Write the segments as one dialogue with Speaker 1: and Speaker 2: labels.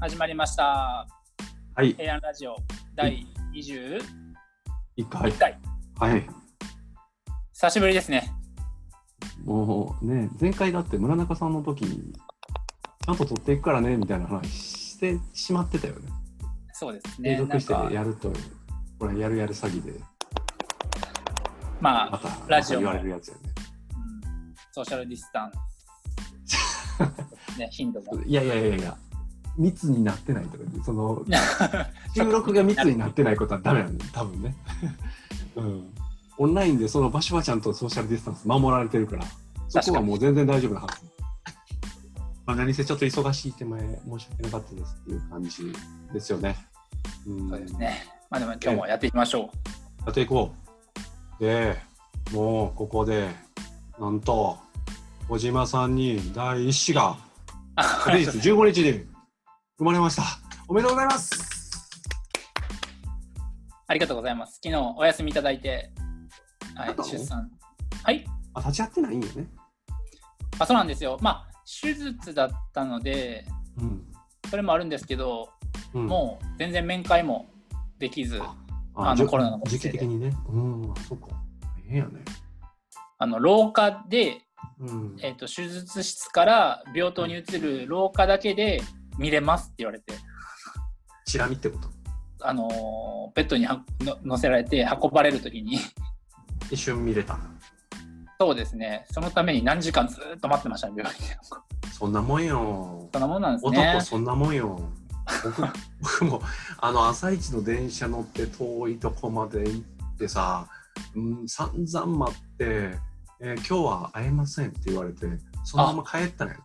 Speaker 1: 始まりました。
Speaker 2: はい、
Speaker 1: 平安ラジオ第21
Speaker 2: 1回。
Speaker 1: 回。
Speaker 2: はい。
Speaker 1: 久しぶりですね。
Speaker 2: もうね、前回だって村中さんの時に、ちゃんと撮っていくからね、みたいな話してしまってたよね。
Speaker 1: そうです
Speaker 2: 継
Speaker 1: ね。な
Speaker 2: 続
Speaker 1: ん
Speaker 2: して
Speaker 1: か、
Speaker 2: やると、これやるやる詐欺で、ま
Speaker 1: まあ、
Speaker 2: た
Speaker 1: ラジオ
Speaker 2: 言
Speaker 1: も
Speaker 2: われるやつやね。
Speaker 1: うんソーシャルディスタンス。 ね、頻度も。
Speaker 2: いやいやいやいや、密になってないとか、そ の、収録が密になってないことはダメなんだよ、多分ね。うん。オンラインでその場所はちゃんとソーシャルディスタンス守られてるから、そこはもう全然大丈夫なはず。まあ、何せちょっと忙しい手前、申し訳なかったですっていう感じですよね。うん。
Speaker 1: そうですね。まあでも今日もやっていきましょ
Speaker 2: やっていこう。で、もうここで、なんと、小島さんに第一子 が、昨日
Speaker 1: う。
Speaker 2: 15日に生まれました。おめでとうございます。
Speaker 1: ありがとうございます。昨日お休みいただいて、は
Speaker 2: あ
Speaker 1: い
Speaker 2: と、
Speaker 1: 出産。はい。
Speaker 2: あ、立ち会ってないんよね。
Speaker 1: あ、そうなんですよ。まあ、手術だったので、
Speaker 2: うん。
Speaker 1: それもあるんですけど、
Speaker 2: うん、
Speaker 1: もう全然面会もできず、あの
Speaker 2: じゅ
Speaker 1: コロナのご時
Speaker 2: 時
Speaker 1: 世
Speaker 2: 期
Speaker 1: で
Speaker 2: 的にね。うん、あそっか。大変やね。
Speaker 1: あの廊下で、
Speaker 2: うん。
Speaker 1: えー、と手術室から病棟に移る廊下だけで見れますって言われて、
Speaker 2: チラ見ってこと。
Speaker 1: あのーベッドにはの乗せられて運ばれるときに、
Speaker 2: 一瞬見れた。
Speaker 1: そうですね、そのために何時間ずーっと待ってました、病院で。
Speaker 2: そんなもんよ。
Speaker 1: そんなもんなんですね
Speaker 2: 男。そんなもんよ。僕僕もあの朝一の電車乗って遠いとこまで行ってさ、うん、散々待って、えー今日は会えませんって言われてそのまま帰ったのよ。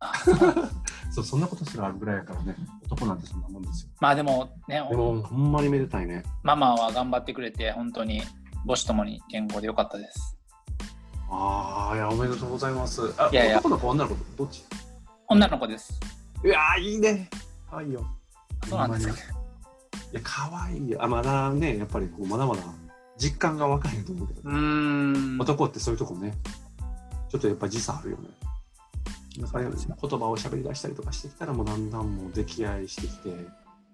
Speaker 1: あそう
Speaker 2: そうそんなことすらあるぐらいやからね男なんてそんなもんですよ。
Speaker 1: まあでもね、
Speaker 2: でもほんまにめでたいね。
Speaker 1: ママは頑張ってくれて、本当に母子ともに健康でよかったです。
Speaker 2: ああいやおめでとうございます。あ
Speaker 1: いやいや
Speaker 2: 男の子女の子どっち
Speaker 1: 女の子です。
Speaker 2: うわーいいね。可愛いよ。
Speaker 1: そうなんですかね。
Speaker 2: いや可愛いよ。あまだねやっぱりこうまだまだ実感が若いと思うけど。
Speaker 1: うーん。
Speaker 2: 男ってそういうとこね、ちょっとやっぱ時差あるよね。だから言葉を喋り出したりとかしてきたら、もうだんだんもう溺愛してきて、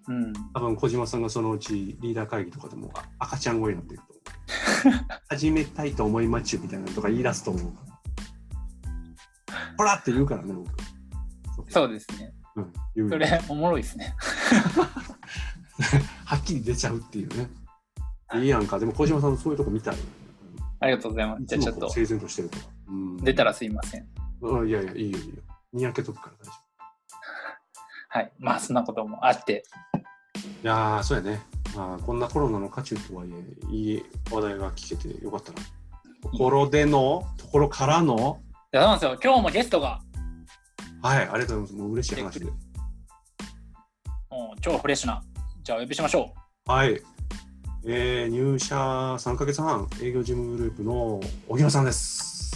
Speaker 1: うん。
Speaker 2: 多分小島さんがそのうちリーダー会議とかでもあ赤ちゃん声になっていくと思う。始めたいと思いまっちゅうみたいなのとか言い出すと思うから。ほらって言うからね、僕。
Speaker 1: そうですね。
Speaker 2: う。うん、言う
Speaker 1: そ
Speaker 2: よ
Speaker 1: れ、おもろいですね。
Speaker 2: はっきり出ちゃうっていうね。いいやんか。でも小島さんのそういうとこ見たい。
Speaker 1: ありがとうございます。
Speaker 2: い
Speaker 1: じ
Speaker 2: つ
Speaker 1: ゃあ
Speaker 2: も
Speaker 1: ちょっ
Speaker 2: ことう整然としてるから。うん
Speaker 1: 出たらすいません。
Speaker 2: うんいやいや、いいよいいよ。にやけとくから大丈夫。
Speaker 1: はい。まあそんなこともあって。
Speaker 2: いやー、そうやね。まあ、こんなコロナの渦中とはいえ、いい話題が聞けてよかったな。ところでの、ところからの、
Speaker 1: いやそうなんですよ。今日もゲストが
Speaker 2: はい、ありがとうございます。もう嬉しい話で。
Speaker 1: もう超フレッシュな。じゃあお呼びしましょ
Speaker 2: はい。えー、入社3ヶ月半、営業事務グループの小木野さんです。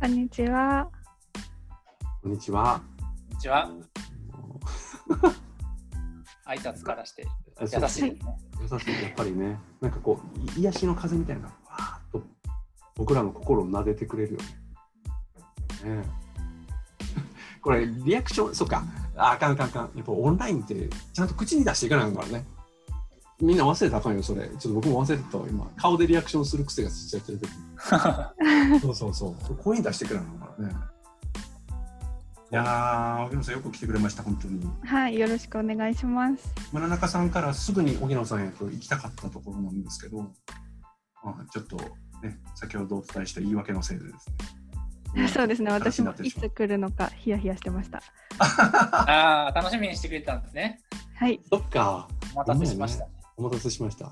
Speaker 3: こんにちは。
Speaker 2: こんにちは。
Speaker 1: う。こんにちは。挨拶からして優
Speaker 2: 優
Speaker 1: しいですね。
Speaker 2: 優しいやっぱりねなんかこうい癒しの風みたいなのがわーっと僕らの心を撫でてくれるよね。 ねえこれリアクションそうかああかんあかんあかんやっぱオンラインってちゃんと口に出していかないからねみんな忘れたらあかんよそれちょっと僕も忘れてたわ今顔でリアクションする癖がついちゃってるけどそうそうそう声に出してくれないからねいやー荻野さんよく来てくれました本当に。
Speaker 3: はい、よろしくお願いします。
Speaker 2: 村中さんからすぐに荻野さんへと行きたかったところなんですけど、まあ、ちょっとね、先ほどお伝えした言い訳のせいでですね。
Speaker 3: そうですね、
Speaker 2: 話
Speaker 3: 私
Speaker 2: にな
Speaker 3: も
Speaker 2: って
Speaker 3: い
Speaker 2: しまう
Speaker 3: つ来るのかヒヤヒヤしてました。
Speaker 1: ああ、楽しみにしてくれてたんですね。
Speaker 3: はい、
Speaker 2: そっか、
Speaker 1: お待たせしました、ね。
Speaker 2: お待たせしました。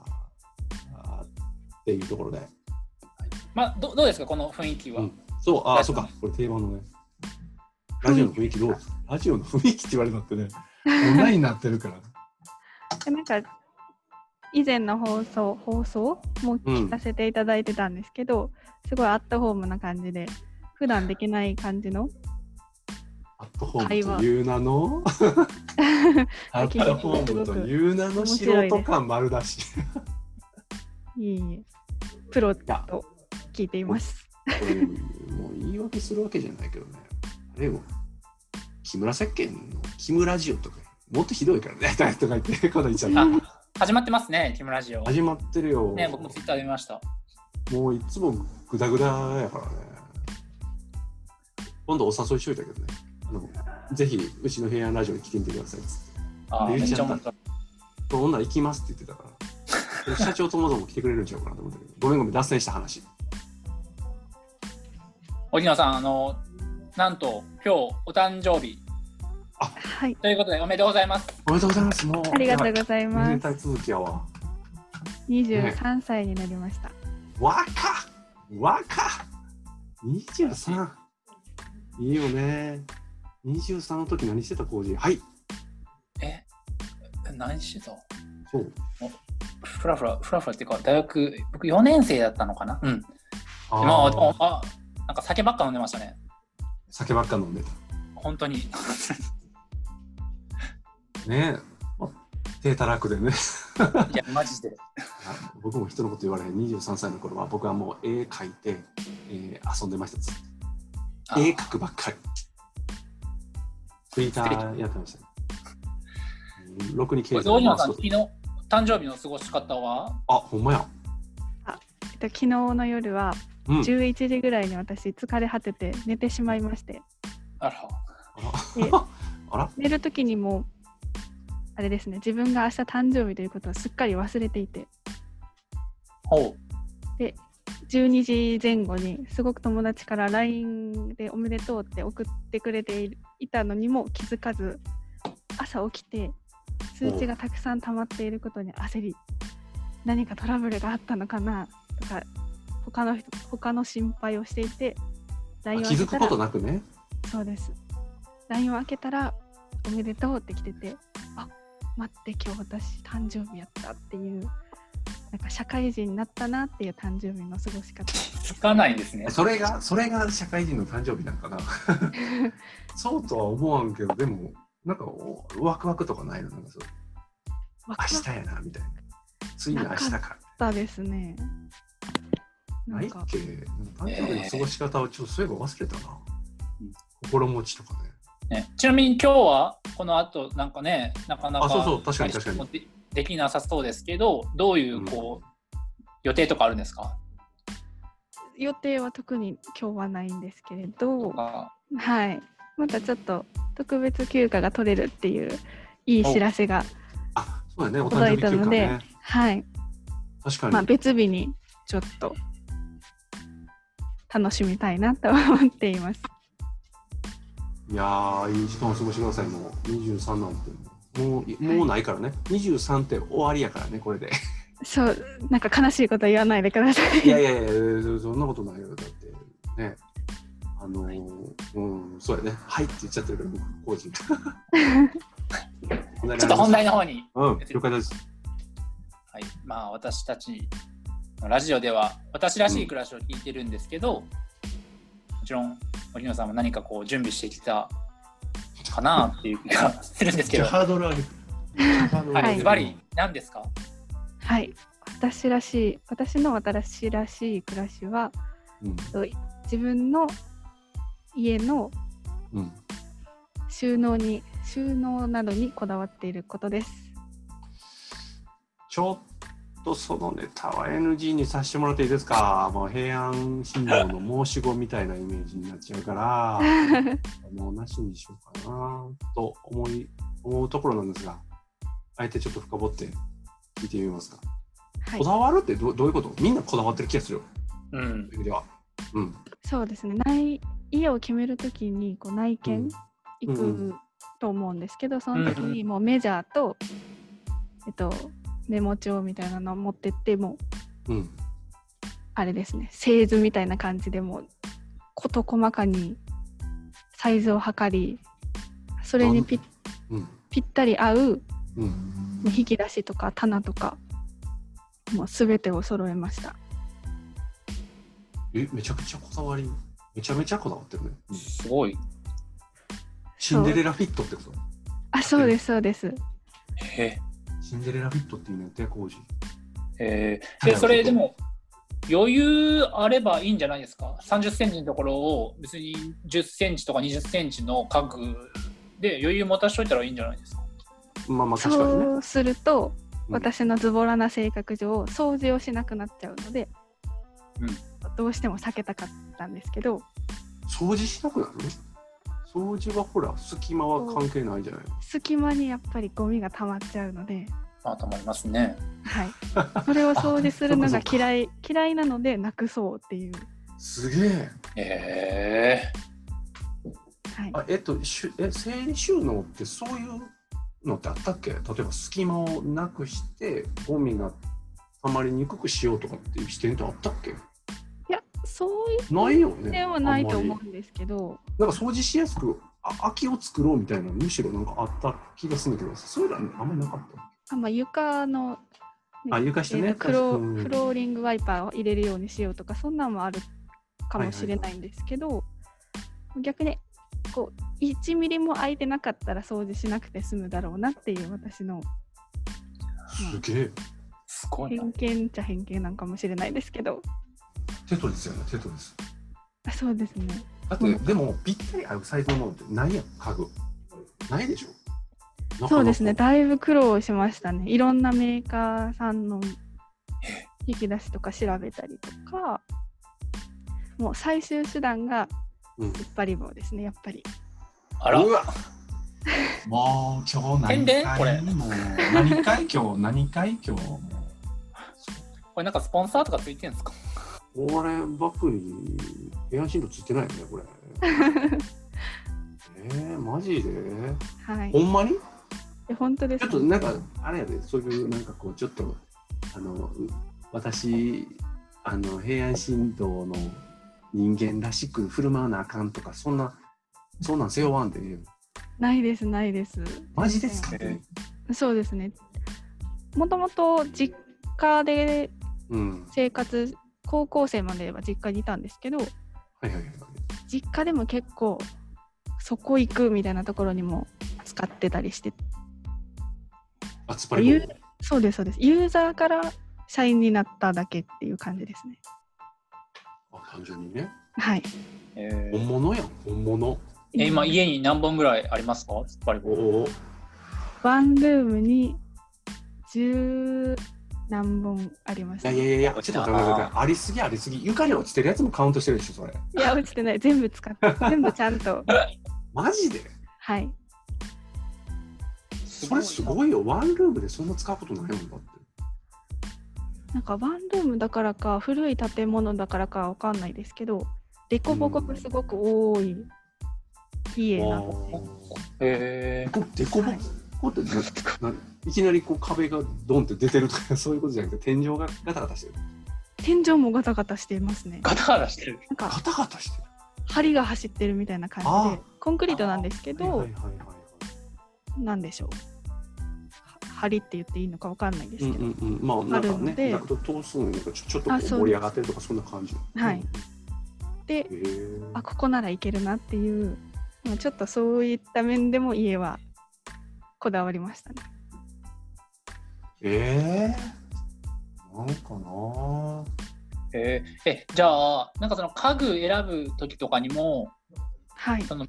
Speaker 2: あーっていうところで。
Speaker 1: まあどどうですか、この雰囲気は。
Speaker 2: うんそう、あ
Speaker 1: は
Speaker 2: ー、
Speaker 1: い
Speaker 2: そっか、これ定番のね。ラジオの雰囲気どうですかラジオの雰囲気って言われたってね、オンラインになってるから。
Speaker 3: でなんか以前の放送放送も聞かせていただいてたんですけど、すごいアットホームな感じで、普段できない感じの
Speaker 2: アットホームという名 の、アットホームという名の素人感丸出し。
Speaker 3: いいプロ
Speaker 2: いや
Speaker 3: と聞いています。
Speaker 2: これもう言い訳するわけじゃないけどね。あれよ、木村石鹸の木村ジオとか、もっとひどいからね、とか言って、かなりちゃん
Speaker 3: う
Speaker 2: と。
Speaker 3: ん
Speaker 1: 始まってますね、木村ジオ。
Speaker 2: 始まってるよ。
Speaker 1: ね、僕もツイッターで見ました。
Speaker 2: もういつもグダグダやからね。今度お誘いしといたけどね。あのぜひ、うちの部屋ラジオに来てみてくださいっつって。
Speaker 1: あー
Speaker 2: 言
Speaker 1: め
Speaker 2: っ
Speaker 1: っ
Speaker 2: ち
Speaker 1: ち
Speaker 2: ゃ
Speaker 1: ゃ
Speaker 2: った
Speaker 1: 面白い。
Speaker 2: この女行きますって言ってたから。社長ともども来てくれるんちゃうかなと思ったけど。ごめんごめん、脱線した話。
Speaker 1: 荻野さん、あの、なんと、今日、お誕生日。
Speaker 3: はい。
Speaker 1: ということで、おめでとうございます。
Speaker 2: おめでとうございます。もう。
Speaker 3: ありがとう
Speaker 2: ざい
Speaker 3: ござい
Speaker 2: め
Speaker 3: ま。
Speaker 2: ですたい続きやわ。
Speaker 3: 23歳になりました。
Speaker 2: 若っ若っ !23! いいよね。23の時何してた工事はい。
Speaker 1: え、何してた
Speaker 2: そう。
Speaker 1: ふらふら、ふらふらっていうか、大学、僕4年生だったのかな。うん。
Speaker 2: あー
Speaker 1: まあ、でもあ、なんか酒ばっか飲んでましたね。
Speaker 2: 酒ばっか飲んでた。
Speaker 1: 本当に。
Speaker 2: ねえ。手たらくでね。
Speaker 1: いや、マジで。
Speaker 2: あ僕も人のこと言われへん23歳の頃は僕はもう絵描いて、えー遊んでましたずっ
Speaker 1: あ
Speaker 2: と絵
Speaker 1: ー
Speaker 2: 描くばっかりツイッターやってましたねうんろくに経済
Speaker 1: 荻野さ
Speaker 2: 回す
Speaker 1: ん、
Speaker 2: こ
Speaker 1: 昨
Speaker 2: と
Speaker 1: 日、誕生日の過ごし方は
Speaker 2: あほんまや
Speaker 3: えっと昨日の夜は
Speaker 2: うん
Speaker 3: 11時ぐらいに私疲れ果てて寝てしまいまして、
Speaker 1: あら、
Speaker 3: で
Speaker 2: あら
Speaker 3: 寝る時にもあれですね自分が明日誕生日ということをすっかり忘れていて
Speaker 1: おう。
Speaker 3: 12時前後にすごく友達から LINE で「おめでとう」って送ってくれているいたのにも気づかず朝起きて数値がたくさん溜まっていることに焦り何かトラブルがあったのかなとか他の人他の心配をしていて LINE を
Speaker 2: 気づ
Speaker 3: 開けた
Speaker 2: く
Speaker 3: ら
Speaker 2: ことなくね
Speaker 3: そうです。LINE を開けたら、おめでとうって来てて、あ待って、今日私誕生日やったっていう、なんか社会人になったなっていう誕生日の過ごし方。
Speaker 1: つかないんですね。
Speaker 2: それがそれが社会人の誕生日なんかなそうとは思わんけどでもなんかおワクワクとかないのなんかそう
Speaker 3: わか
Speaker 2: 明
Speaker 3: っ
Speaker 2: 日やなみたいなついに明日か
Speaker 3: たですね。な
Speaker 2: ない
Speaker 3: ん
Speaker 2: っ
Speaker 3: か、
Speaker 2: け誕生日の過ごし方をちょっとそういえば忘れたな、
Speaker 1: うん
Speaker 2: 心持ちとかね
Speaker 1: ね、ちなみに今日はこの後なんかねなかなか
Speaker 2: あそうそう確かに確かに
Speaker 1: でできなさそうですけどどういうこう、予定とかあるんですか
Speaker 3: 予定は特に今日はないんですけれ
Speaker 1: と
Speaker 3: ど、
Speaker 1: か
Speaker 3: はい。またちょっと特別休暇が取れるっていういい知らせが、
Speaker 2: あそうだねお誕生日休暇
Speaker 3: 届いた
Speaker 2: ね
Speaker 3: のはい。
Speaker 2: 確かに、
Speaker 3: まあ別日にちょっと楽しみたいなと思っています。
Speaker 2: いやーいい時間を過ごしてくださいもう23なんてもういもうないからね、23って終わりやからねこれで
Speaker 3: そう、なんか悲しいこと言わないでくださ
Speaker 2: い
Speaker 3: い。
Speaker 2: やいやいやそんなことないよだってねあのーうんそうやねはいって言っちゃってるから僕 工事
Speaker 1: ちょっと本題の方に、
Speaker 2: うん了解です
Speaker 1: はいまあ、私たちのラジオでは私らしい暮らしを聞いてるんですけど、もちろん森野さんも何かこう準備してきたかなっていう気がするんですけど、は
Speaker 2: ードル上げて
Speaker 1: い、ズバリ何ですか
Speaker 3: はい、私らしい、私の私らしい暮らしは、
Speaker 2: うん
Speaker 3: 自分の家の
Speaker 2: うん
Speaker 3: 収納に、収納などにこだわっていること です。
Speaker 2: ちょっとそのネタは NG にさせてもらっていいですかもう平安神道の申し子みたいなイメージになっちゃうからもうなしにしようかなと思い思うところなんですがあえてちょっと深掘って聞いてみますか、
Speaker 3: はい
Speaker 2: こ、だわるってどうどういうことみんなこだわってる気がするよ
Speaker 1: うん
Speaker 2: そういう意味ではうん
Speaker 3: そうですね。内家を決めるときにこう内見行
Speaker 2: う
Speaker 3: く
Speaker 2: ん
Speaker 3: と思うんですけど、その時
Speaker 1: うんう
Speaker 3: にもうメジャーと、えっと、メモ帳みたいなのを持ってって、もう
Speaker 2: うん
Speaker 3: あれですね製図みたいな感じでもう事細かにサイズを測りそれにぴ
Speaker 2: うん
Speaker 3: ぴったり合う
Speaker 2: うん
Speaker 3: もう引き出しとか棚とかもう全てを揃えました
Speaker 2: えめちゃくちゃこだわりめちゃめちゃこだわってるね、うん
Speaker 1: すごい
Speaker 2: シンデレラフィットってこと
Speaker 3: あそうですそうです
Speaker 1: え
Speaker 2: シンデレラフィットっていうのやって工事
Speaker 1: えー
Speaker 2: ただ
Speaker 1: でそれでも余裕あればいいんじゃないですか3 0ンチのところを別に1 0ンチとか2 0ンチの家具で、余裕持たしといたらいいんじゃないですか。
Speaker 2: まあまあ確かにね。
Speaker 3: そうすると、
Speaker 2: うん
Speaker 3: 私のズボラな性格上掃除をしなくなっちゃうので、
Speaker 1: うん
Speaker 3: どうしても避けたかったんですけど
Speaker 2: 掃除しなくなる掃除はほら、隙間は関係ないじゃない。
Speaker 3: 隙間にやっぱりゴミが溜まっちゃうので、
Speaker 1: まあ、と思いますね。
Speaker 3: はい、それを掃除するの
Speaker 2: そ
Speaker 3: が
Speaker 2: っかそっか
Speaker 3: 嫌い嫌いなのでなくそうっていう、
Speaker 2: すげえ。
Speaker 1: ええ
Speaker 3: はい、
Speaker 2: あえっと、しゅえ整理収納ってそういうのってあったっけ例えば隙間をなくしてゴミが溜まりにくくしようとかっていう視点ってあったっけ
Speaker 3: いやそういう
Speaker 2: ないよね。
Speaker 3: 点はないと思
Speaker 2: あんま
Speaker 3: うんですけど
Speaker 2: りなんか掃除しやすくあ空きを作ろうみたいなむしろなんかあった気がするんだけどそういうのはあんまりなかった。
Speaker 3: あ、まあ、床の、
Speaker 2: あ床下ね
Speaker 3: えーとクロ
Speaker 2: うん
Speaker 3: フローリングワイパーを入れるようにしようとかそんなんもあるかもしれないんですけど、逆にこう1ミリも空いてなかったら掃除しなくて済むだろうなっていう私の
Speaker 2: すげえ。
Speaker 1: すごいな
Speaker 3: 偏。見っちゃ偏見なんかもしれないですけど
Speaker 2: テトリスよね、テトリス。
Speaker 3: あそうですね
Speaker 2: だって、でもぴったり合うサイズのものってないやん、家具。ないでしょなかなか
Speaker 3: そうですねだいぶ苦労しましたねいろんなメーカーさんの引き出しとか調べたりとかもう最終手段が
Speaker 2: うん
Speaker 3: 突っ張り棒ですねやっぱり
Speaker 1: あら
Speaker 2: う、わもう今日何
Speaker 1: 宣伝
Speaker 2: 回
Speaker 1: これ
Speaker 2: もう何回今日何回今日も
Speaker 1: これなんかスポンサーとかついてんですか
Speaker 2: うこれバッグにヘアシールついてないよね これえー、マジで
Speaker 3: はい
Speaker 2: ほんまに
Speaker 3: え本当です
Speaker 2: ちょ
Speaker 3: ね
Speaker 2: っとなんかあれやでそういうなんかこうちょっとあのう私あの平安神道の人間らしく振る舞わなあかんとかそんなそんなん背負わんでええよ
Speaker 3: ないですないです
Speaker 2: マジですか、
Speaker 1: ええ
Speaker 3: そうですねもともと実家で
Speaker 2: うん
Speaker 3: 生活高校生までは実家にいたんですけど
Speaker 2: はいはいはい
Speaker 3: 実家でも結構そこ行くみたいなところにも使ってたりして
Speaker 2: あつっぱり棒
Speaker 3: ゆそうですそうですユーザーから社員になっただけっていう感じですね
Speaker 2: あ単純にね
Speaker 3: はい
Speaker 1: え
Speaker 2: 本
Speaker 1: ー
Speaker 2: 物やん本物
Speaker 1: え今家に何本ぐらいありますかつっぱり棒。
Speaker 2: おおお
Speaker 3: ワンルームに十何本ありまし
Speaker 2: い
Speaker 3: た
Speaker 2: やい
Speaker 3: ね、
Speaker 2: やいやちょっと待って待って待ってありすぎありすぎ床に落ちてるやつもカウントしてるでしょそれ
Speaker 3: いや落ちてない全部使って全部ちゃんと
Speaker 2: マジで
Speaker 3: はい
Speaker 2: それすごいよワンルームでそんな使うことないもんだって
Speaker 3: なんかワンルームだからか古い建物だからかわかんないですけど凸凹がすごく多い家なので、
Speaker 1: え
Speaker 2: こデコボ
Speaker 3: はい
Speaker 2: コってなないきなりこう壁がドンって出てるとか そういうことじゃなくて天井がガタガタしてる
Speaker 3: 天井もガタガタしていますね
Speaker 1: ー、ガタガタしてる。
Speaker 3: なんか
Speaker 2: ガタガタしてる
Speaker 3: 針が走ってるみたいな感
Speaker 2: あ
Speaker 3: じでコンクリートなんですけど、
Speaker 2: はいはいはいは
Speaker 3: なんでしょうは針って言っていいのかわかんないで
Speaker 2: いうん
Speaker 3: すけど、
Speaker 2: うんうんまあなんか
Speaker 3: あるの
Speaker 2: ね
Speaker 3: で
Speaker 2: なんか通すのになんかちょちょっとこ
Speaker 3: あ
Speaker 2: う
Speaker 3: そうです
Speaker 2: 盛り上がってるとかそんな感じ
Speaker 3: はいで
Speaker 2: うんへー
Speaker 3: あここならいけるなっていう、まあ、ちょっとそういった面でも家はこだわりましたね
Speaker 2: えー、なんかな
Speaker 1: えー、え、じゃあ、なんかその家具選ぶ時とかにも、
Speaker 3: はい
Speaker 1: その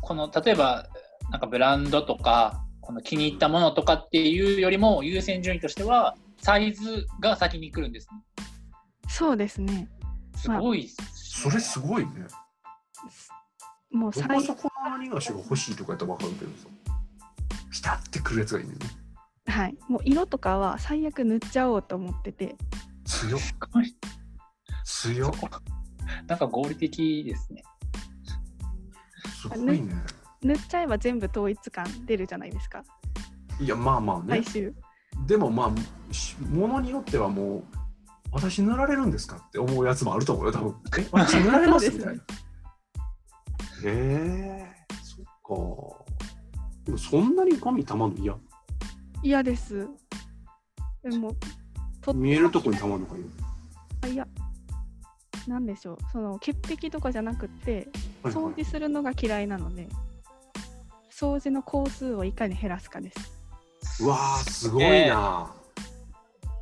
Speaker 1: この例えばなんかブランドとかこの気に入ったものとかっていうよりも優先順位としてはサイズが先に来るんですね。
Speaker 3: そうですね
Speaker 1: すごいっす
Speaker 2: そ
Speaker 1: ね、
Speaker 2: れすごいね
Speaker 3: もう
Speaker 2: ど
Speaker 3: 最
Speaker 2: こそこの何がしが欲しいとかやったら分かるけどさピタってくるやつがいいねんね
Speaker 3: はい、もう色とかは最悪塗っちゃおうと思ってて
Speaker 2: 強っ
Speaker 1: ごい
Speaker 2: 強っ
Speaker 1: なんか合理的ですね。
Speaker 2: すごいね
Speaker 3: 塗っちゃえば全部統一感出るじゃないですか
Speaker 2: いやまあまあね、
Speaker 3: 最終
Speaker 2: でもまあしものによってはもう私塗られるんですかって思うやつもあると思うよ多 分え私塗られますみたいなへえそっかでもそんなにゴミたまんの嫌
Speaker 3: 嫌ですでもと
Speaker 2: 見えるとこにたまんのがいい、
Speaker 3: あいやなんでしょうその潔癖とかじゃなくって
Speaker 2: はいは
Speaker 3: 掃
Speaker 2: い
Speaker 3: 除するのが嫌いなので掃除の工数をいかに減らすかです
Speaker 2: うわーすごいな、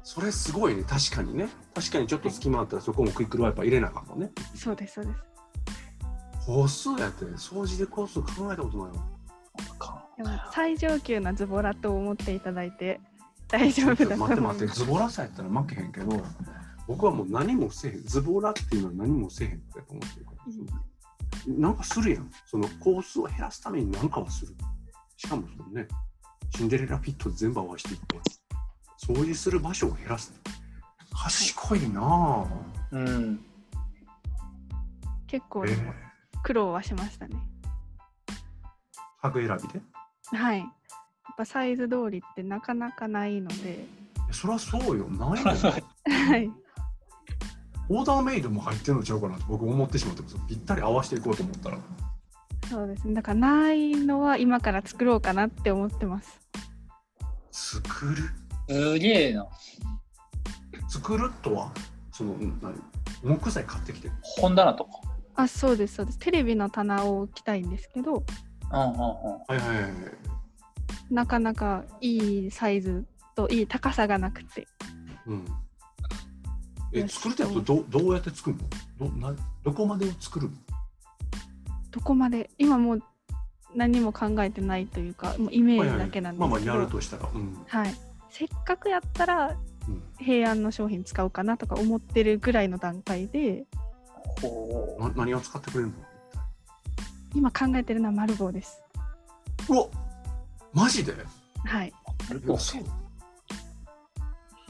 Speaker 2: それすごいね確かにね確かにちょっと隙間あったらそこもクイックルワイパー入れなあかんもんね
Speaker 3: そうですそうです
Speaker 2: 個数やって掃除で個数考えたことないわ
Speaker 1: 考
Speaker 3: でも最上級なズボラと思っていただいて大丈夫だと
Speaker 2: 待って
Speaker 3: 思
Speaker 2: 待
Speaker 3: い
Speaker 2: って、
Speaker 3: ます。
Speaker 2: ズボラさやったら負けへんけど、僕はもう何もせえへん。ズボラっていうのは何もせえへんって思ってるから。なんかするやん。そのコースを減らすために何かはする。しかもそのね、シンデレラフィット全部合わせていって、掃除する場所を減らす。賢いなぁ。
Speaker 1: うん。
Speaker 3: 結構
Speaker 2: え
Speaker 3: 苦労はしましたね。
Speaker 2: ー、家具選びで
Speaker 3: はい。やっぱサイズ通りってなかなかないので、
Speaker 2: そりゃそうよ。 ないもん。
Speaker 3: はい。
Speaker 2: オーダーメイドも入ってるのちゃうかなって僕思ってしまってますぴったり合わせていこうと思ったら
Speaker 3: そうですね。だからないのは今から作ろうかなって思ってます。
Speaker 2: 作る
Speaker 1: すげえな。
Speaker 2: 作るとはその何木材買ってきて
Speaker 1: 本棚とか。
Speaker 3: あ、そうですそうです。テレビの棚を置きたいんですけ
Speaker 1: う
Speaker 3: ど、
Speaker 1: んうんうん。
Speaker 2: はいはいはい
Speaker 3: なかなかいいサイズといい高さがなくて、
Speaker 2: うん
Speaker 3: い
Speaker 2: え
Speaker 3: や
Speaker 2: 作るってやとどどうやって作るのどなどこまでを作るの
Speaker 3: どこまで今もう何も考えてないというか、もうイメージだけなんで
Speaker 2: はい
Speaker 3: す
Speaker 2: はいまあま
Speaker 3: けど、
Speaker 2: あや
Speaker 3: は
Speaker 2: るとしたらうん、
Speaker 3: い。せっかくやったら
Speaker 2: うん、
Speaker 3: 平安の商品使おうかなとか思ってるぐらいの段階で、
Speaker 1: ほ
Speaker 2: な何を使ってくれるの
Speaker 3: 今考えてるのは丸棒です。
Speaker 2: うわマジで
Speaker 3: はい。
Speaker 1: う。ル
Speaker 2: えそう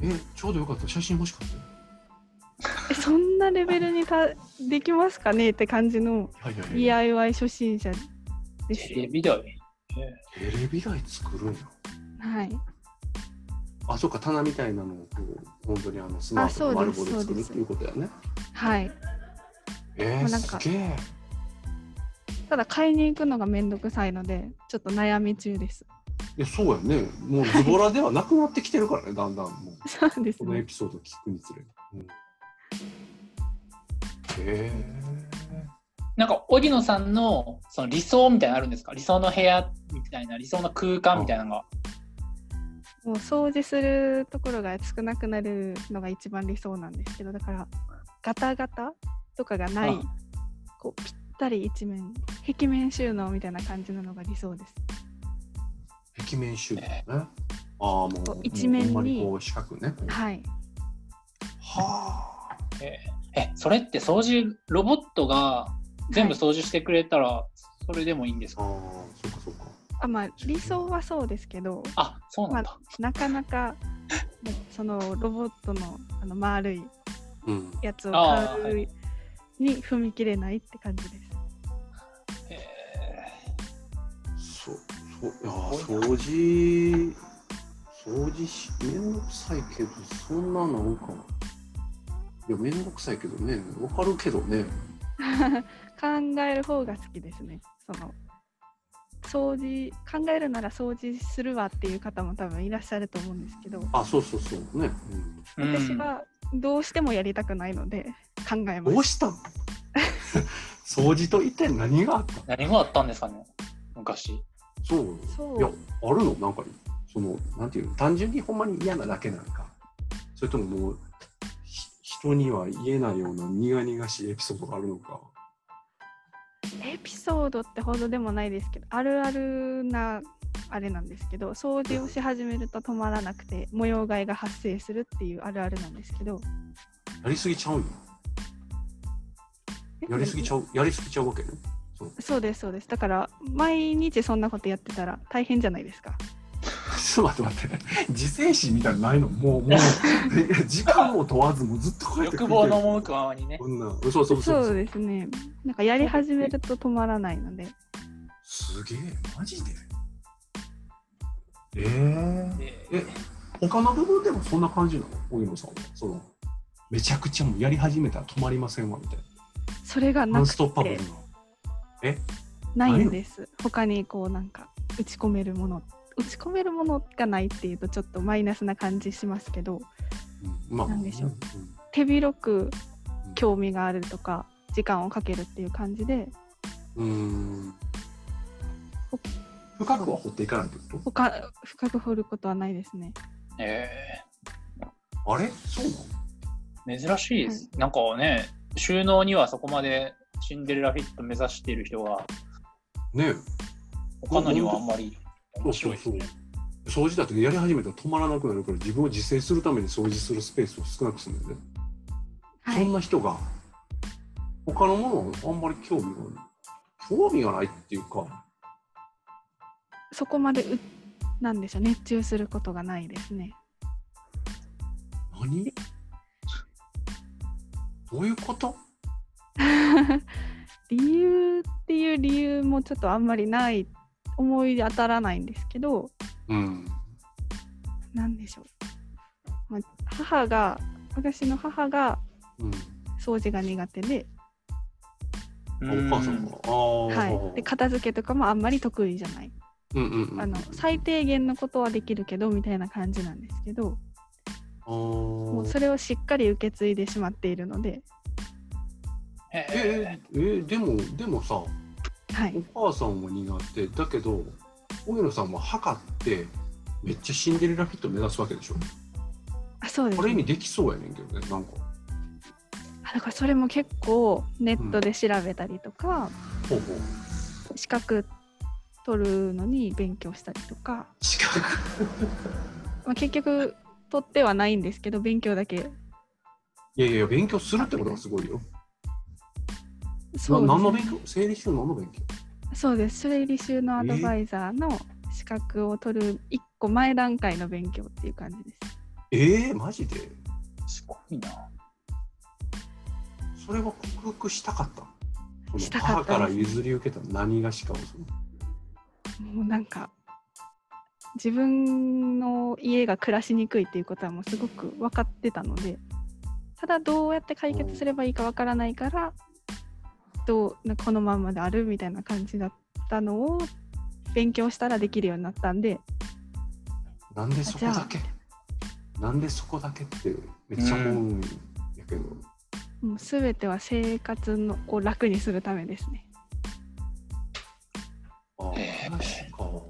Speaker 2: えちょうどよかった写真欲しかったよ
Speaker 3: えそんなレベルにたできますかねって感じの
Speaker 2: はいはいはい
Speaker 3: DIY 初心者で
Speaker 1: テ
Speaker 3: す
Speaker 1: レ
Speaker 3: よ。
Speaker 1: ビだよ。
Speaker 2: テレビ台作るんや
Speaker 3: はい。
Speaker 2: あ、そうか、棚みたいなのをこう本当にあのスマート
Speaker 3: あ
Speaker 2: の
Speaker 3: そう
Speaker 2: 丸
Speaker 3: で
Speaker 2: 棒
Speaker 3: す
Speaker 2: で作るっ
Speaker 3: そうです
Speaker 2: ていうことだよね。
Speaker 3: はい。
Speaker 2: え
Speaker 3: も
Speaker 2: ー、
Speaker 3: うなんか
Speaker 2: すげえ。
Speaker 3: ただ買いに行くのがめんどくさいので、ちょっと悩み中です。
Speaker 2: いや、そうやね。もうズボラではなくなってきてるからね、だんだん。もう
Speaker 3: そうです
Speaker 2: このエ
Speaker 3: ね。
Speaker 2: ピソード聞くにつれ。うん、え
Speaker 1: なんか荻野さんのその理想みたいなのあるんですか理想の部屋みたいな理想の空間みたいなのが、
Speaker 3: もう掃除するところが少なくなるのが一番理想なんですけど、だからガタガタとかがない
Speaker 1: あ、
Speaker 3: こうぴったり一面、壁面収納みたいな感じなのが理想です。
Speaker 2: ー、壁面収納ね。ああ、もう、
Speaker 3: そう一面に
Speaker 2: もうほんまにこう四角ね。
Speaker 3: はい。
Speaker 2: はあ。
Speaker 1: えそれって掃除ロボットが全部掃除してくれたらそれでもいいんです
Speaker 2: あ
Speaker 1: か、
Speaker 2: あ、そうかそうか。
Speaker 3: あ、まあ理想はそうですけど、
Speaker 1: あそうなんだ、
Speaker 3: なかなかまそのロボットのあの丸い
Speaker 2: うん。
Speaker 3: やつを
Speaker 1: あー
Speaker 3: 買
Speaker 1: は
Speaker 3: うに踏み切れないって感じです。
Speaker 1: へ
Speaker 2: そう、そう、いやー、掃除、掃除し、めんどくさいけど、そんななんか、いや、めんどくさいけどね、わかるけどね、
Speaker 3: 考える方が好きですね。その掃除考えるなら掃除するわっていう方も多分いらっしゃると思うんですけど、
Speaker 2: あ、そうそうそう、ね、うん
Speaker 1: えうん
Speaker 3: 私はどうしてもやりたくないので考えま
Speaker 2: どう
Speaker 3: す。
Speaker 2: したん 掃除と一体何があった
Speaker 1: 何があったんですかね昔
Speaker 2: そう、
Speaker 3: そ
Speaker 2: いや
Speaker 3: う、
Speaker 2: あるのなんか、その、なんていうの、単純にほんまに嫌なだけなんか、それとももう、ひ人には言えないような苦々しいエピソードがあるのか。
Speaker 3: エピソードってほどでもないですけどあるあるなあれなんですけど掃除をし始めると止まらなくて模様替えが発生するっていうあるあるなんですけど
Speaker 2: やりすぎちゃうんよ。やりすぎちゃう、やりすぎちゃうわけね。
Speaker 3: そうですそうですだから毎日そんなことやってたら大変じゃないですか
Speaker 2: ちょっと待って待って、自制心みたいなのないの、もう、もう、 時間も問わず、もうずっと書いて
Speaker 1: 欲望の赴くままにね
Speaker 2: こんな、そうそうそう
Speaker 3: そ
Speaker 2: そうう。
Speaker 3: ですねなんかやり始めると止まらないのです
Speaker 2: げえ、マジで。えー、
Speaker 1: で
Speaker 2: え他の部分でもそんな感じなの、荻野さんは。その、めちゃくちゃもうやり始めたら止まりませんわ、みたい
Speaker 3: それ
Speaker 2: な。
Speaker 3: が
Speaker 2: ノ
Speaker 3: な
Speaker 2: ン
Speaker 3: く
Speaker 2: ストッパブル
Speaker 3: て
Speaker 2: な。
Speaker 3: ないんです他にこうなんか打ち込めるもの打ち込めるものがないっていうとちょっとマイナスな感じしますけど
Speaker 2: うん、まあ、
Speaker 3: なんでしょうん手広く興味があるとか時間をかけるっていう感じで
Speaker 2: うん。うーん深くは掘っていかないってこと
Speaker 3: 他深く掘ることはないですね
Speaker 1: え
Speaker 2: あれそうな
Speaker 1: ー
Speaker 2: の
Speaker 1: 珍しいです、なんかね収納にはそこまでシンデレラフィット目指している人が
Speaker 2: ねえ
Speaker 1: 他のにはあんまり面白いですね。
Speaker 2: 掃除だってやり始めたら止まらなくなるから自分を自制するために掃除するスペースを少なくするんだよね、
Speaker 3: は
Speaker 2: そん
Speaker 3: い。
Speaker 2: な人が他のものをあんまり興味がない興味がないっていうか
Speaker 3: そこまでうなんでしょう熱中することがないですね。
Speaker 2: 何どういうこと
Speaker 3: 理由っていう理由もちょっとあんまりない思い当たらないんですけど
Speaker 2: うん
Speaker 3: なんでしょう、まあ、母が私の母が
Speaker 2: うん、
Speaker 3: 掃除が苦手で,、
Speaker 1: お
Speaker 2: お母さんが、ああ
Speaker 3: はい、で片付けとかもあんまり得意じゃない
Speaker 2: うんうんうん、
Speaker 3: あの最低限のことはできるけどみたいな感じなんですけど
Speaker 2: あ
Speaker 3: もう
Speaker 2: ー
Speaker 3: それをしっかり受け継いでしまっているので、
Speaker 1: え
Speaker 2: えええでもでもさ
Speaker 3: はい、
Speaker 2: お母さんは苦手だけど荻野さんは測ってめっちゃシンデレラフィット目指すわけでしょ
Speaker 3: あそうで
Speaker 2: あ
Speaker 3: す
Speaker 2: る意
Speaker 3: ね
Speaker 2: 味できそうやねんけどねなんか
Speaker 3: あだからそれも結構ネットで調べたりとか、
Speaker 2: ほうほう
Speaker 3: 資格取るのに勉強したりとか、
Speaker 2: 近く
Speaker 3: まあ、結局取ってはないんですけど勉強だけ
Speaker 2: いやいや勉強するってことがすごいよ、な
Speaker 3: そう
Speaker 2: 何
Speaker 3: です
Speaker 2: の勉強生理修何の勉強
Speaker 3: そうですそれ履修のアドバイザーの資格を取る一個前段階の勉強っていう感じです
Speaker 2: ええマジです
Speaker 1: ごいな。
Speaker 2: それは克服したかったその
Speaker 3: したか
Speaker 2: 母
Speaker 3: ったです
Speaker 2: から譲り受けた何がしかをその
Speaker 3: もうなんか自分の家が暮らしにくいっていうことはもうすごく分かってたのでただどうやって解決すればいいか分からないからどうなこのまんまであるみたいな感じだったのを勉強したらできるようになったんで
Speaker 2: なんでそこだけなんでそこだけってめっちゃ思うんやけど、
Speaker 3: もう全ては生活のを楽にするためですね
Speaker 2: あ
Speaker 1: え
Speaker 2: あ、
Speaker 1: ー
Speaker 2: 確か。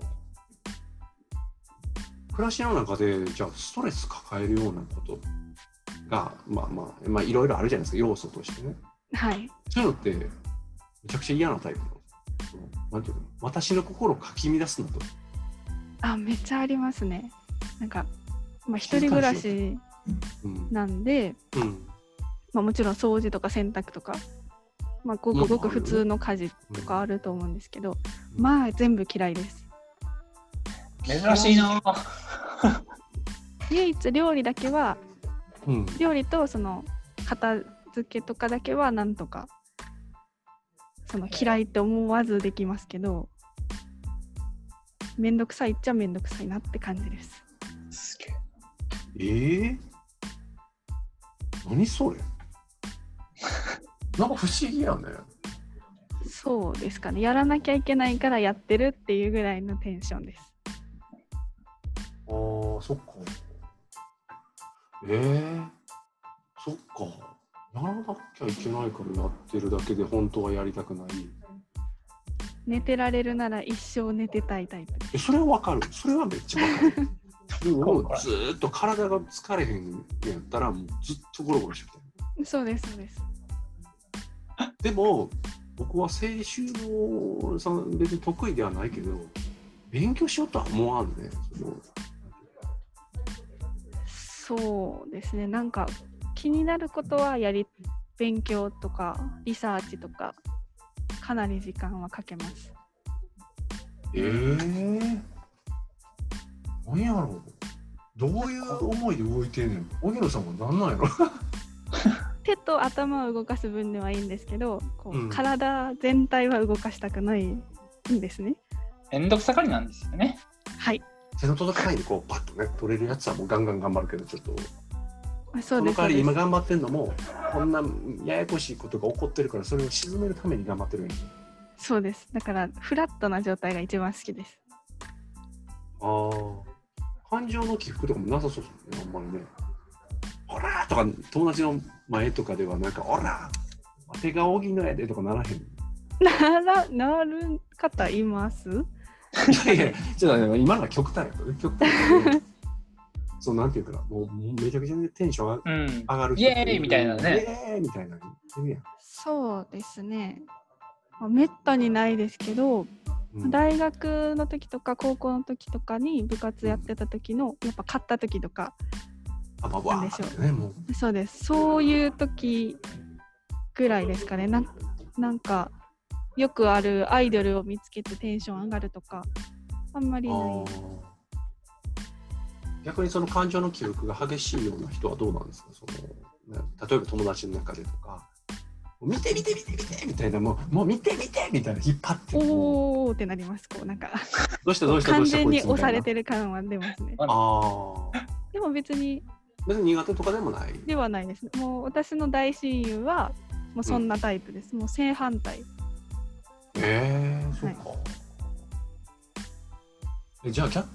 Speaker 2: 暮らしの中で、じゃあ、ストレス抱えるようなことが、まあまあ、まあ、いろいろあるじゃないですか、要素としてね。
Speaker 3: はい
Speaker 2: そういうのって、めちゃくちゃ嫌なタイプの。そのなんていうの私の心をかき乱すのと。
Speaker 3: あめっちゃありますねなんか、まあ、一人暮らし
Speaker 2: うん。
Speaker 3: なんで、
Speaker 2: うん。
Speaker 3: まあ、もちろん掃除とか洗濯とか、まあ、ごくごく普通の家事とかあると思うんですけど、
Speaker 2: うん
Speaker 3: まあ全部嫌いです
Speaker 1: 珍しいな。
Speaker 3: 唯一料理だけは
Speaker 2: うん。
Speaker 3: 料理とその片付けとかだけはなんとかその嫌いって思わずできますけどめんどくさいっちゃめんどくさいなって感じです
Speaker 1: すげえ
Speaker 2: ええ 何それなんか不思議やね。
Speaker 3: そうですかねやらなきゃいけないからやってるっていうぐらいのテンションです
Speaker 2: ああ、そっか。ええそっか。やらなきゃいけないからやってるだけで本当はやりたくない。
Speaker 3: 寝てられるなら一生寝てたいタイプです
Speaker 2: えそれはわかる。それはめっちゃわかる。でもも
Speaker 1: わか
Speaker 2: う
Speaker 1: る
Speaker 2: ずーっと体が疲れへんやったらもうずっとゴロゴロしてみた
Speaker 3: そうですそうです
Speaker 2: い。でも僕は青春のさん別に得意ではないけど勉強しようとは思わんね。その
Speaker 3: そうですねなんか気になることはやり勉強とかリサーチとかかなり時間はかけます
Speaker 2: ええー、何やろうどういう思いで動いてんねん荻野さんは何なんやろ
Speaker 3: 手と頭を動かす分ではいいんですけどこう、
Speaker 2: うん
Speaker 3: 体全体は動かしたくないんですね
Speaker 1: めんどくさがりなんですよね。
Speaker 3: はい
Speaker 2: 手の届かないでこうパッとね取れるやつはもうガンガン頑張るけどちょっと
Speaker 3: そう
Speaker 2: の
Speaker 3: で
Speaker 2: 代
Speaker 3: すそ
Speaker 2: わ
Speaker 3: う
Speaker 2: り
Speaker 3: で
Speaker 2: 今
Speaker 3: す
Speaker 2: 頑張ってんのもこんなややこしいことが起こってるからそれを沈めるために頑張ってるんや
Speaker 3: そうですだからフラットな状態が一番好きです
Speaker 2: あー感情の起伏とかもなさそうですねあんまりね「オラ!」とか友達の前とかではなんか「オラ!」手が荻野やでとかならへん
Speaker 3: ならなる方います
Speaker 2: いやいや、ちょっとね今のは極端やったね。極端やけどそう、なんていうかな、もうめちゃくちゃテンション
Speaker 1: うん。
Speaker 2: 上がる
Speaker 1: イエーイみたいなね
Speaker 2: イエーイみたいなの言ってるやん。
Speaker 3: そうですね、まあ、めったにないですけど
Speaker 2: うん
Speaker 3: 大学の時とか高校の時とかに部活やってた時のやっぱ勝った時とか
Speaker 2: あまあわ
Speaker 3: なん
Speaker 2: ー
Speaker 3: でしょう
Speaker 2: ってねもう
Speaker 3: そうですそういう時ぐらいですかねなんなんかよくあるアイドルを見つけてテンション上がるとかあんまりない
Speaker 2: あー逆にその感情の起伏が激しいような人はどうなんですかその、ね、例えば友達の中でとか「見て見て見て見て」みたいなもう「もう見て見て」みたいな引っ張ってこ
Speaker 3: おーってなりますこうなんか
Speaker 2: うどうしたどうしたど
Speaker 3: 完
Speaker 2: うした
Speaker 3: 全
Speaker 2: こい
Speaker 3: に
Speaker 2: つみ
Speaker 3: 押
Speaker 2: た
Speaker 3: さ
Speaker 2: い
Speaker 3: れ
Speaker 2: な
Speaker 3: てる感は出ますね
Speaker 2: ああ
Speaker 3: でも別に
Speaker 2: 別に苦手とかでもない
Speaker 3: ではないですもう私の大親友はもうそんなタイプです、もう正反対
Speaker 2: ええそうか、えじゃあ逆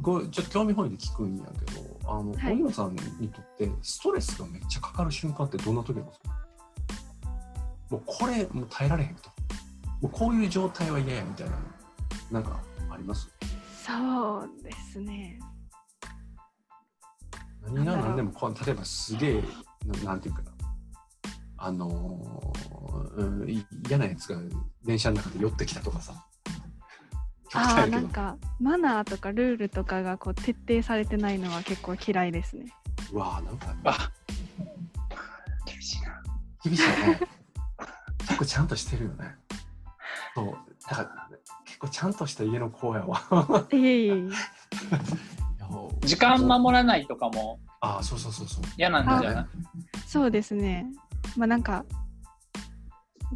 Speaker 2: ごちょっと興味本位で聞くんやけどあの、
Speaker 3: はい
Speaker 2: 荻野さんにとってストレスがめっちゃかかる瞬間ってどんな時なんですかもうこれもう耐えられへんともうこういう状態は嫌やみたいななんかあります
Speaker 3: そうですね
Speaker 2: 何が
Speaker 3: なんだろう
Speaker 2: 何でもこう例えばすげえななんていうかなあのーうんい嫌なやつが電車の中で寄ってきたとかさ極端
Speaker 3: あ
Speaker 2: や
Speaker 3: あ
Speaker 2: け
Speaker 3: な
Speaker 2: ど
Speaker 3: んかマナーとかルールとかがこう徹底されてないのは結構嫌いですね
Speaker 2: うわあなんか
Speaker 1: あ厳しいな。
Speaker 2: 厳しいね結構ちゃんとしてるよねそうだから結構ちゃんとした家の子やわ
Speaker 3: いえいえいえ
Speaker 2: いやほ
Speaker 1: 時間守らないとかも
Speaker 2: ああそうそうそうそう
Speaker 1: 嫌なんじゃない
Speaker 3: そうですねまあなんか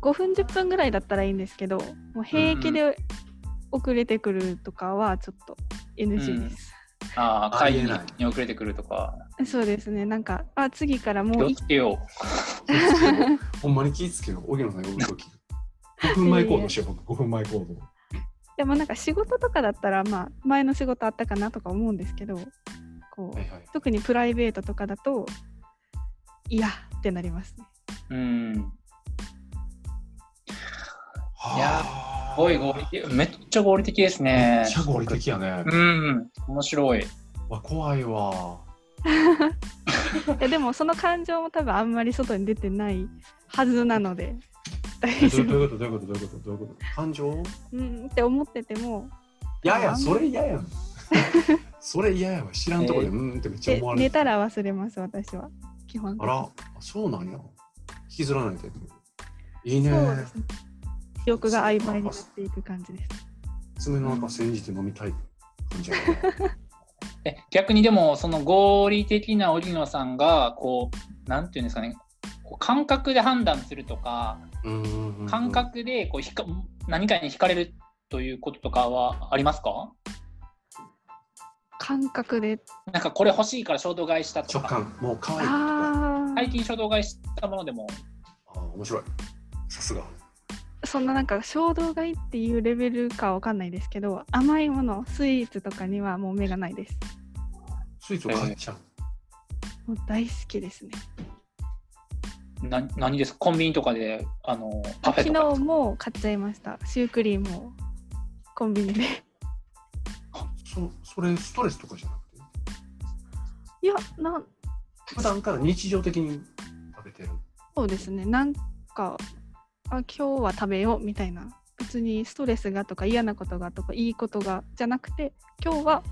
Speaker 3: 5分10分ぐらいだったらいいんですけどもう平気で遅れてくるとかはちょっと NG です、
Speaker 1: ああ、会議
Speaker 2: ありえない
Speaker 1: に遅れてくるとか。
Speaker 3: そうですねなんかあ次から
Speaker 1: 気
Speaker 3: もう
Speaker 1: を
Speaker 3: い
Speaker 1: つけよ
Speaker 2: 気ぃつけようほんまに気ぃつけよう荻野さんが動き5分前行動しよう僕5分前行動
Speaker 3: でもなんか仕事とかだったらまあ前の仕事あったかなとか思うんですけどこう
Speaker 2: はいはい
Speaker 3: 特にプライベートとかだといやってなりますね
Speaker 1: う。うん。
Speaker 2: はい
Speaker 1: やすごい合理的。めっちゃ合理的ですね
Speaker 2: めっ。ちゃ合理的やね、
Speaker 1: うん。面白い。
Speaker 2: わ怖いわ
Speaker 3: いやでもその感情も多分あんまり外に出てないはずなので
Speaker 2: え
Speaker 3: 大
Speaker 2: どうどう
Speaker 3: 丈夫
Speaker 2: いうことどういうことどういうことどういうこと感情
Speaker 3: うんって思ってても
Speaker 2: 嫌ややそれ嫌や んそれ嫌やわ知らんとこでうーんってめっちゃ
Speaker 3: で
Speaker 2: 思われて
Speaker 3: 寝たら忘れます私は基本的
Speaker 2: あ
Speaker 3: に
Speaker 2: ら、あそうなんや。引きずらないタイプ。いいね。
Speaker 3: そうですね記憶が曖昧になっていく感じです
Speaker 2: 爪の中煎じて飲みたい感じや な。
Speaker 1: え逆にでもその合理的な織野さんがこうなんていうんですかねこう感覚で判断するとか
Speaker 2: うんうんうん
Speaker 1: 感。覚でこうひか何かに惹かれるということとかはありますか
Speaker 3: 感覚で
Speaker 1: なんかこれ欲しいから衝動買いしたと
Speaker 2: 直
Speaker 1: か
Speaker 2: 感、もう可愛いとか。
Speaker 3: ああ
Speaker 1: 最近衝動買いしたものでも
Speaker 2: あー面白い。さすが。
Speaker 3: そんななんか衝動買いっていうレベルかわかんないですけど甘いものスイーツとかにはもう目がないです
Speaker 2: スイーツを買っちゃう。
Speaker 3: もう大好きですね
Speaker 1: な何ですかコンビニとかであのパフェ
Speaker 3: 昨
Speaker 1: とか
Speaker 3: 日も買っちゃいましたシュークリームをコンビニで
Speaker 2: そそれストレスとかじゃなくて、
Speaker 3: いやなん
Speaker 2: 普段から日常的に食べてる。
Speaker 3: そうですねなんかあ今日は食べようみたいな別にストレスがとか嫌なことがとかいいことがじゃなくて今日は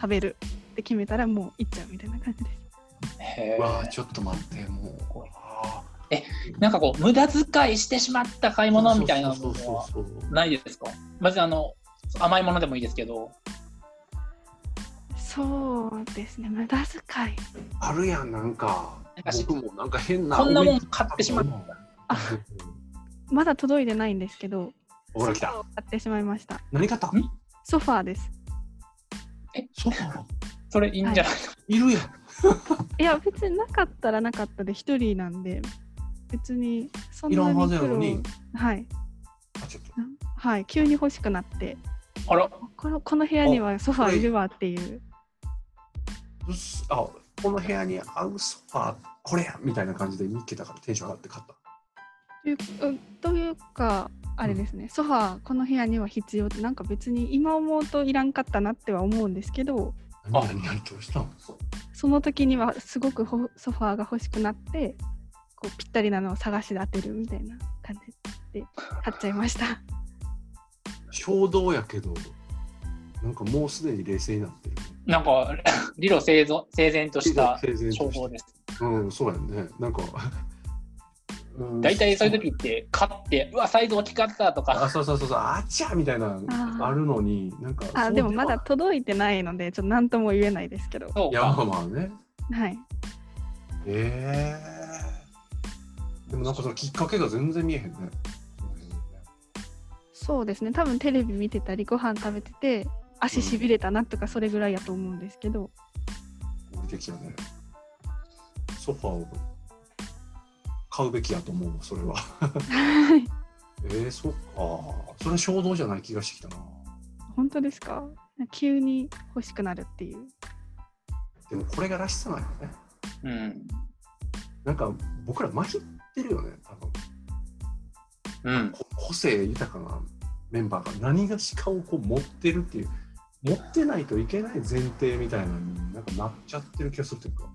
Speaker 3: 食べるって決めたらもう行っちゃうみたいな感じです
Speaker 1: へ
Speaker 2: うわあ
Speaker 1: ー
Speaker 2: ちょっと待ってもう。あ
Speaker 1: なんかこう無駄遣いしてしまった買い
Speaker 2: ー
Speaker 1: 物みたいな
Speaker 2: そ
Speaker 1: の
Speaker 2: うそう
Speaker 1: は
Speaker 2: そうそうそう。
Speaker 1: ないですかまずあの甘いものでもいいですけど
Speaker 3: そうですね無駄遣い
Speaker 2: あるやんなんか
Speaker 1: なんか。し
Speaker 2: 僕もなんか変な。
Speaker 1: こんなもん買ってしまった
Speaker 2: た。
Speaker 3: あまだ届いてないんですけど
Speaker 2: ほら来た
Speaker 3: ソファーを。買ってしまいました
Speaker 2: 何買った
Speaker 1: ん
Speaker 3: ソファーです
Speaker 2: ソファー
Speaker 1: それいいんじゃない
Speaker 2: いるやん。
Speaker 3: いや別になかったらなかったで一人なんで別にそん
Speaker 2: いら
Speaker 3: なん
Speaker 2: は
Speaker 3: に
Speaker 2: ずや
Speaker 3: 苦
Speaker 2: の
Speaker 3: 労
Speaker 2: に。
Speaker 3: はい
Speaker 2: あちょっと
Speaker 3: はい急に欲しくなって
Speaker 1: あら
Speaker 3: このこの部屋にはソファーいるわっていう
Speaker 2: うっすあこの部屋に合うソファーこれやみたいな感じで見つけたからテンション上がって買った。
Speaker 3: といううんというかあれですね、ソファーこの部屋には必要ってなんか別に今思うといらんかったなっては思うんですけど
Speaker 1: あ
Speaker 2: 何何どうしたの
Speaker 3: その時にはすごくほソファーが欲しくなってこう ぴったりなのを探し当てるみたいな感じで買っちゃいました
Speaker 2: 衝動やけど、なんかもうすでに冷静になってる。
Speaker 1: なんか 理路整然整然とした
Speaker 2: 冷静とし
Speaker 1: 商
Speaker 2: て
Speaker 1: 法です。
Speaker 2: うん、そうやんね。なんか、うん
Speaker 1: 大体そういう時って勝ってうわサイズ大きかったと
Speaker 2: あ、
Speaker 1: か
Speaker 2: そうそうそうそう、あちゃみたいな
Speaker 3: あー
Speaker 2: あるのに、なんか、
Speaker 3: あ
Speaker 2: そう
Speaker 3: でもま
Speaker 2: は
Speaker 3: だ届いてないのでちょっと何とも言えないですけど
Speaker 1: そう
Speaker 2: いや、ま
Speaker 1: か
Speaker 2: あまあね。
Speaker 3: はい
Speaker 2: ええでもなんかそのきっかけが全然見えへんね。
Speaker 3: そうですね多分テレビ見てたりご飯食べてて足しびれたなとかそれぐらいやと思うんですけど、
Speaker 2: 合理的やね。ソファーを買うべきやと思うわそれは。
Speaker 3: はい
Speaker 2: えー、そっか。それ衝動じゃない気がしてきたな。
Speaker 3: 本当ですか急に欲しくなるっていう
Speaker 2: でもこれがらしさなんよね。
Speaker 1: うん
Speaker 2: なんか僕らまひってるよね。多分
Speaker 1: うん
Speaker 2: こ個性豊かなメンバーが何がしかをこう持ってるっていう、持ってないといけない前提みたいなのになんかなっちゃってる気がするというか。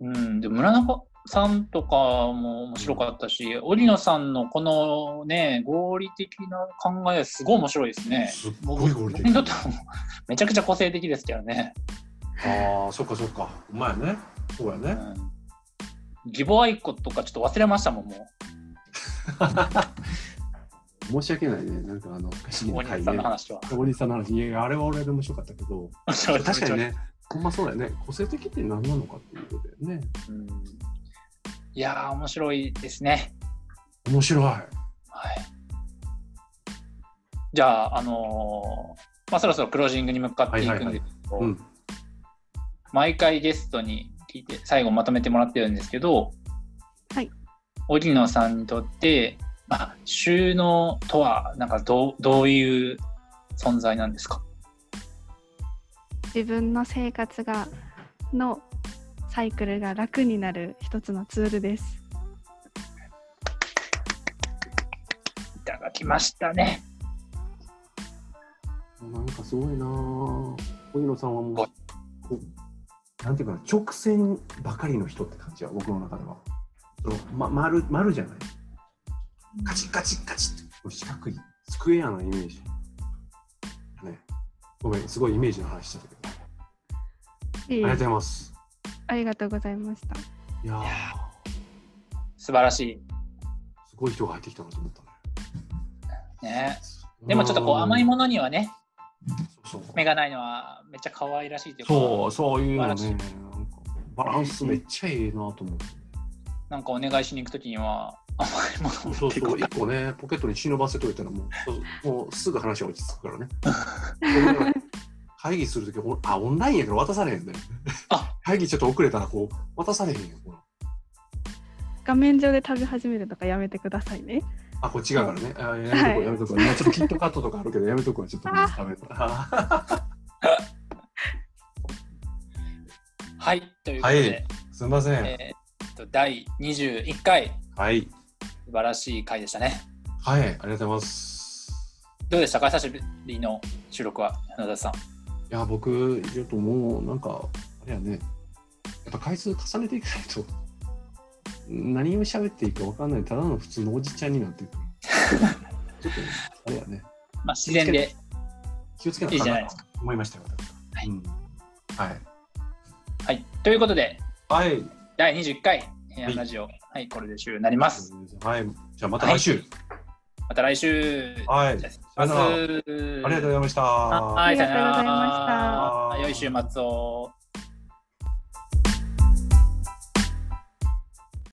Speaker 1: うんでも村中さんとかも面白かったし織野さんのこのね合理的な考えすごい面白いですね。
Speaker 2: すっ
Speaker 1: 僕
Speaker 2: ごい合理的
Speaker 1: 僕にとってはもうめちゃくちゃ個性的ですけどね。
Speaker 2: ああ、そっかそっか。お前ね。そうや
Speaker 1: う
Speaker 2: ね。
Speaker 1: ん義母愛子とかちょっと忘れましたもん、も
Speaker 2: 申し訳ないね。なんかあ の、不
Speaker 1: う、
Speaker 2: 思
Speaker 1: 大西
Speaker 2: 議な回
Speaker 1: さん
Speaker 2: ね
Speaker 1: の。話は。
Speaker 2: お兄さんの話、いやいやあれは俺で面白かったけど、
Speaker 1: 確
Speaker 2: 確かに。ね、ほんまそうだよね。個性的って何なのかっていうことだよね。
Speaker 1: うんいやー、面白いですね。
Speaker 2: 面白い。
Speaker 1: はい、じゃあ、あのーまあ、そろそろクロージングに向かっていくんですけど、
Speaker 2: うん。
Speaker 1: 毎回ゲストに聞いて、最後まとめてもらってるんですけど、
Speaker 3: はい、
Speaker 1: 荻野さんにとって、まあ、収納とはなんかどうどういう存在なんですか
Speaker 3: 自分の生活がのサイクルが楽になる一つのツールです
Speaker 1: いただきましたね。
Speaker 2: なんかすごいなぁ。小野さんはもう、
Speaker 1: はい
Speaker 2: こう、なんていうかな、直線ばかりの人って感じは、僕の中では。そのま、丸、丸じゃない。カチッカチッカチッって、四角い、スクエアなイメージ。ね。ごめん、すごいイメージの話してたけど。あ
Speaker 3: い
Speaker 2: り
Speaker 3: い
Speaker 2: がとうございます。
Speaker 3: ありがとうございました
Speaker 2: いやー
Speaker 1: いや素晴らし
Speaker 2: すごい人が入ってきたなと思ったね。
Speaker 1: い。ね、でもちょっとこう甘いものにはね、
Speaker 2: そうそう
Speaker 1: 目がないのはめっちゃ可愛らしいというか、
Speaker 2: そう、そういうのね、
Speaker 1: 素晴
Speaker 2: な
Speaker 1: ら
Speaker 2: んかバランスめっちゃいいなと思って。
Speaker 1: なんかお願いしに行くときには甘いものを
Speaker 2: そ
Speaker 1: 持
Speaker 2: う
Speaker 1: ってい
Speaker 2: そ
Speaker 1: こ
Speaker 2: う、
Speaker 1: うか
Speaker 2: 一個ね、ポケットに忍ばせといたらもう、そうもうすぐ話が落ち着く からね。俺ら会議するとき、おあ、オンラインやけど渡されへんね。
Speaker 1: あ
Speaker 2: 会議ちょっと遅れたら、こう、渡されへんよ。ほら
Speaker 3: 画面上で食べ始めるとかやめてくださいね
Speaker 2: あ、これ違うからね。あやめとこう、やめとこう。今ちょっとキットカットとかあるけど、やめとこう、ちょっともう食べる。あ
Speaker 1: はい、ということで、
Speaker 2: はい すみません。
Speaker 1: えーっと第21回、
Speaker 2: はい。
Speaker 1: 素晴らしい回でしたね。
Speaker 2: はい、ありがとうございます。
Speaker 1: どうでしたか久しぶりの収録は、野田さん。
Speaker 2: いや、僕、ちょっともう、なんか、あれやね、やっぱ回数重ねていかないと、何を喋っていいか分かんない、ただの普通のおじちゃんにな っていくる。ちょっと、あれやね、
Speaker 1: まあ、自然で、
Speaker 2: 気をつけない
Speaker 1: いじゃな
Speaker 2: か
Speaker 1: い
Speaker 2: な
Speaker 1: で
Speaker 2: と
Speaker 1: す
Speaker 2: 思いましたよ、私は。
Speaker 1: はい
Speaker 2: うんはい。
Speaker 1: はい。ということで、
Speaker 2: はい。
Speaker 1: 第21回、平安ラジオ、はい、これで終了になります。
Speaker 2: はい。じゃあ、また来週。
Speaker 1: また来週。
Speaker 2: はい。
Speaker 1: じゃ
Speaker 2: あ
Speaker 1: あ
Speaker 2: さよなら
Speaker 1: 失礼します
Speaker 2: りがとうございました。
Speaker 1: あはい、さよなら
Speaker 3: ありがとうございまし
Speaker 1: 良
Speaker 3: た
Speaker 1: い週末を。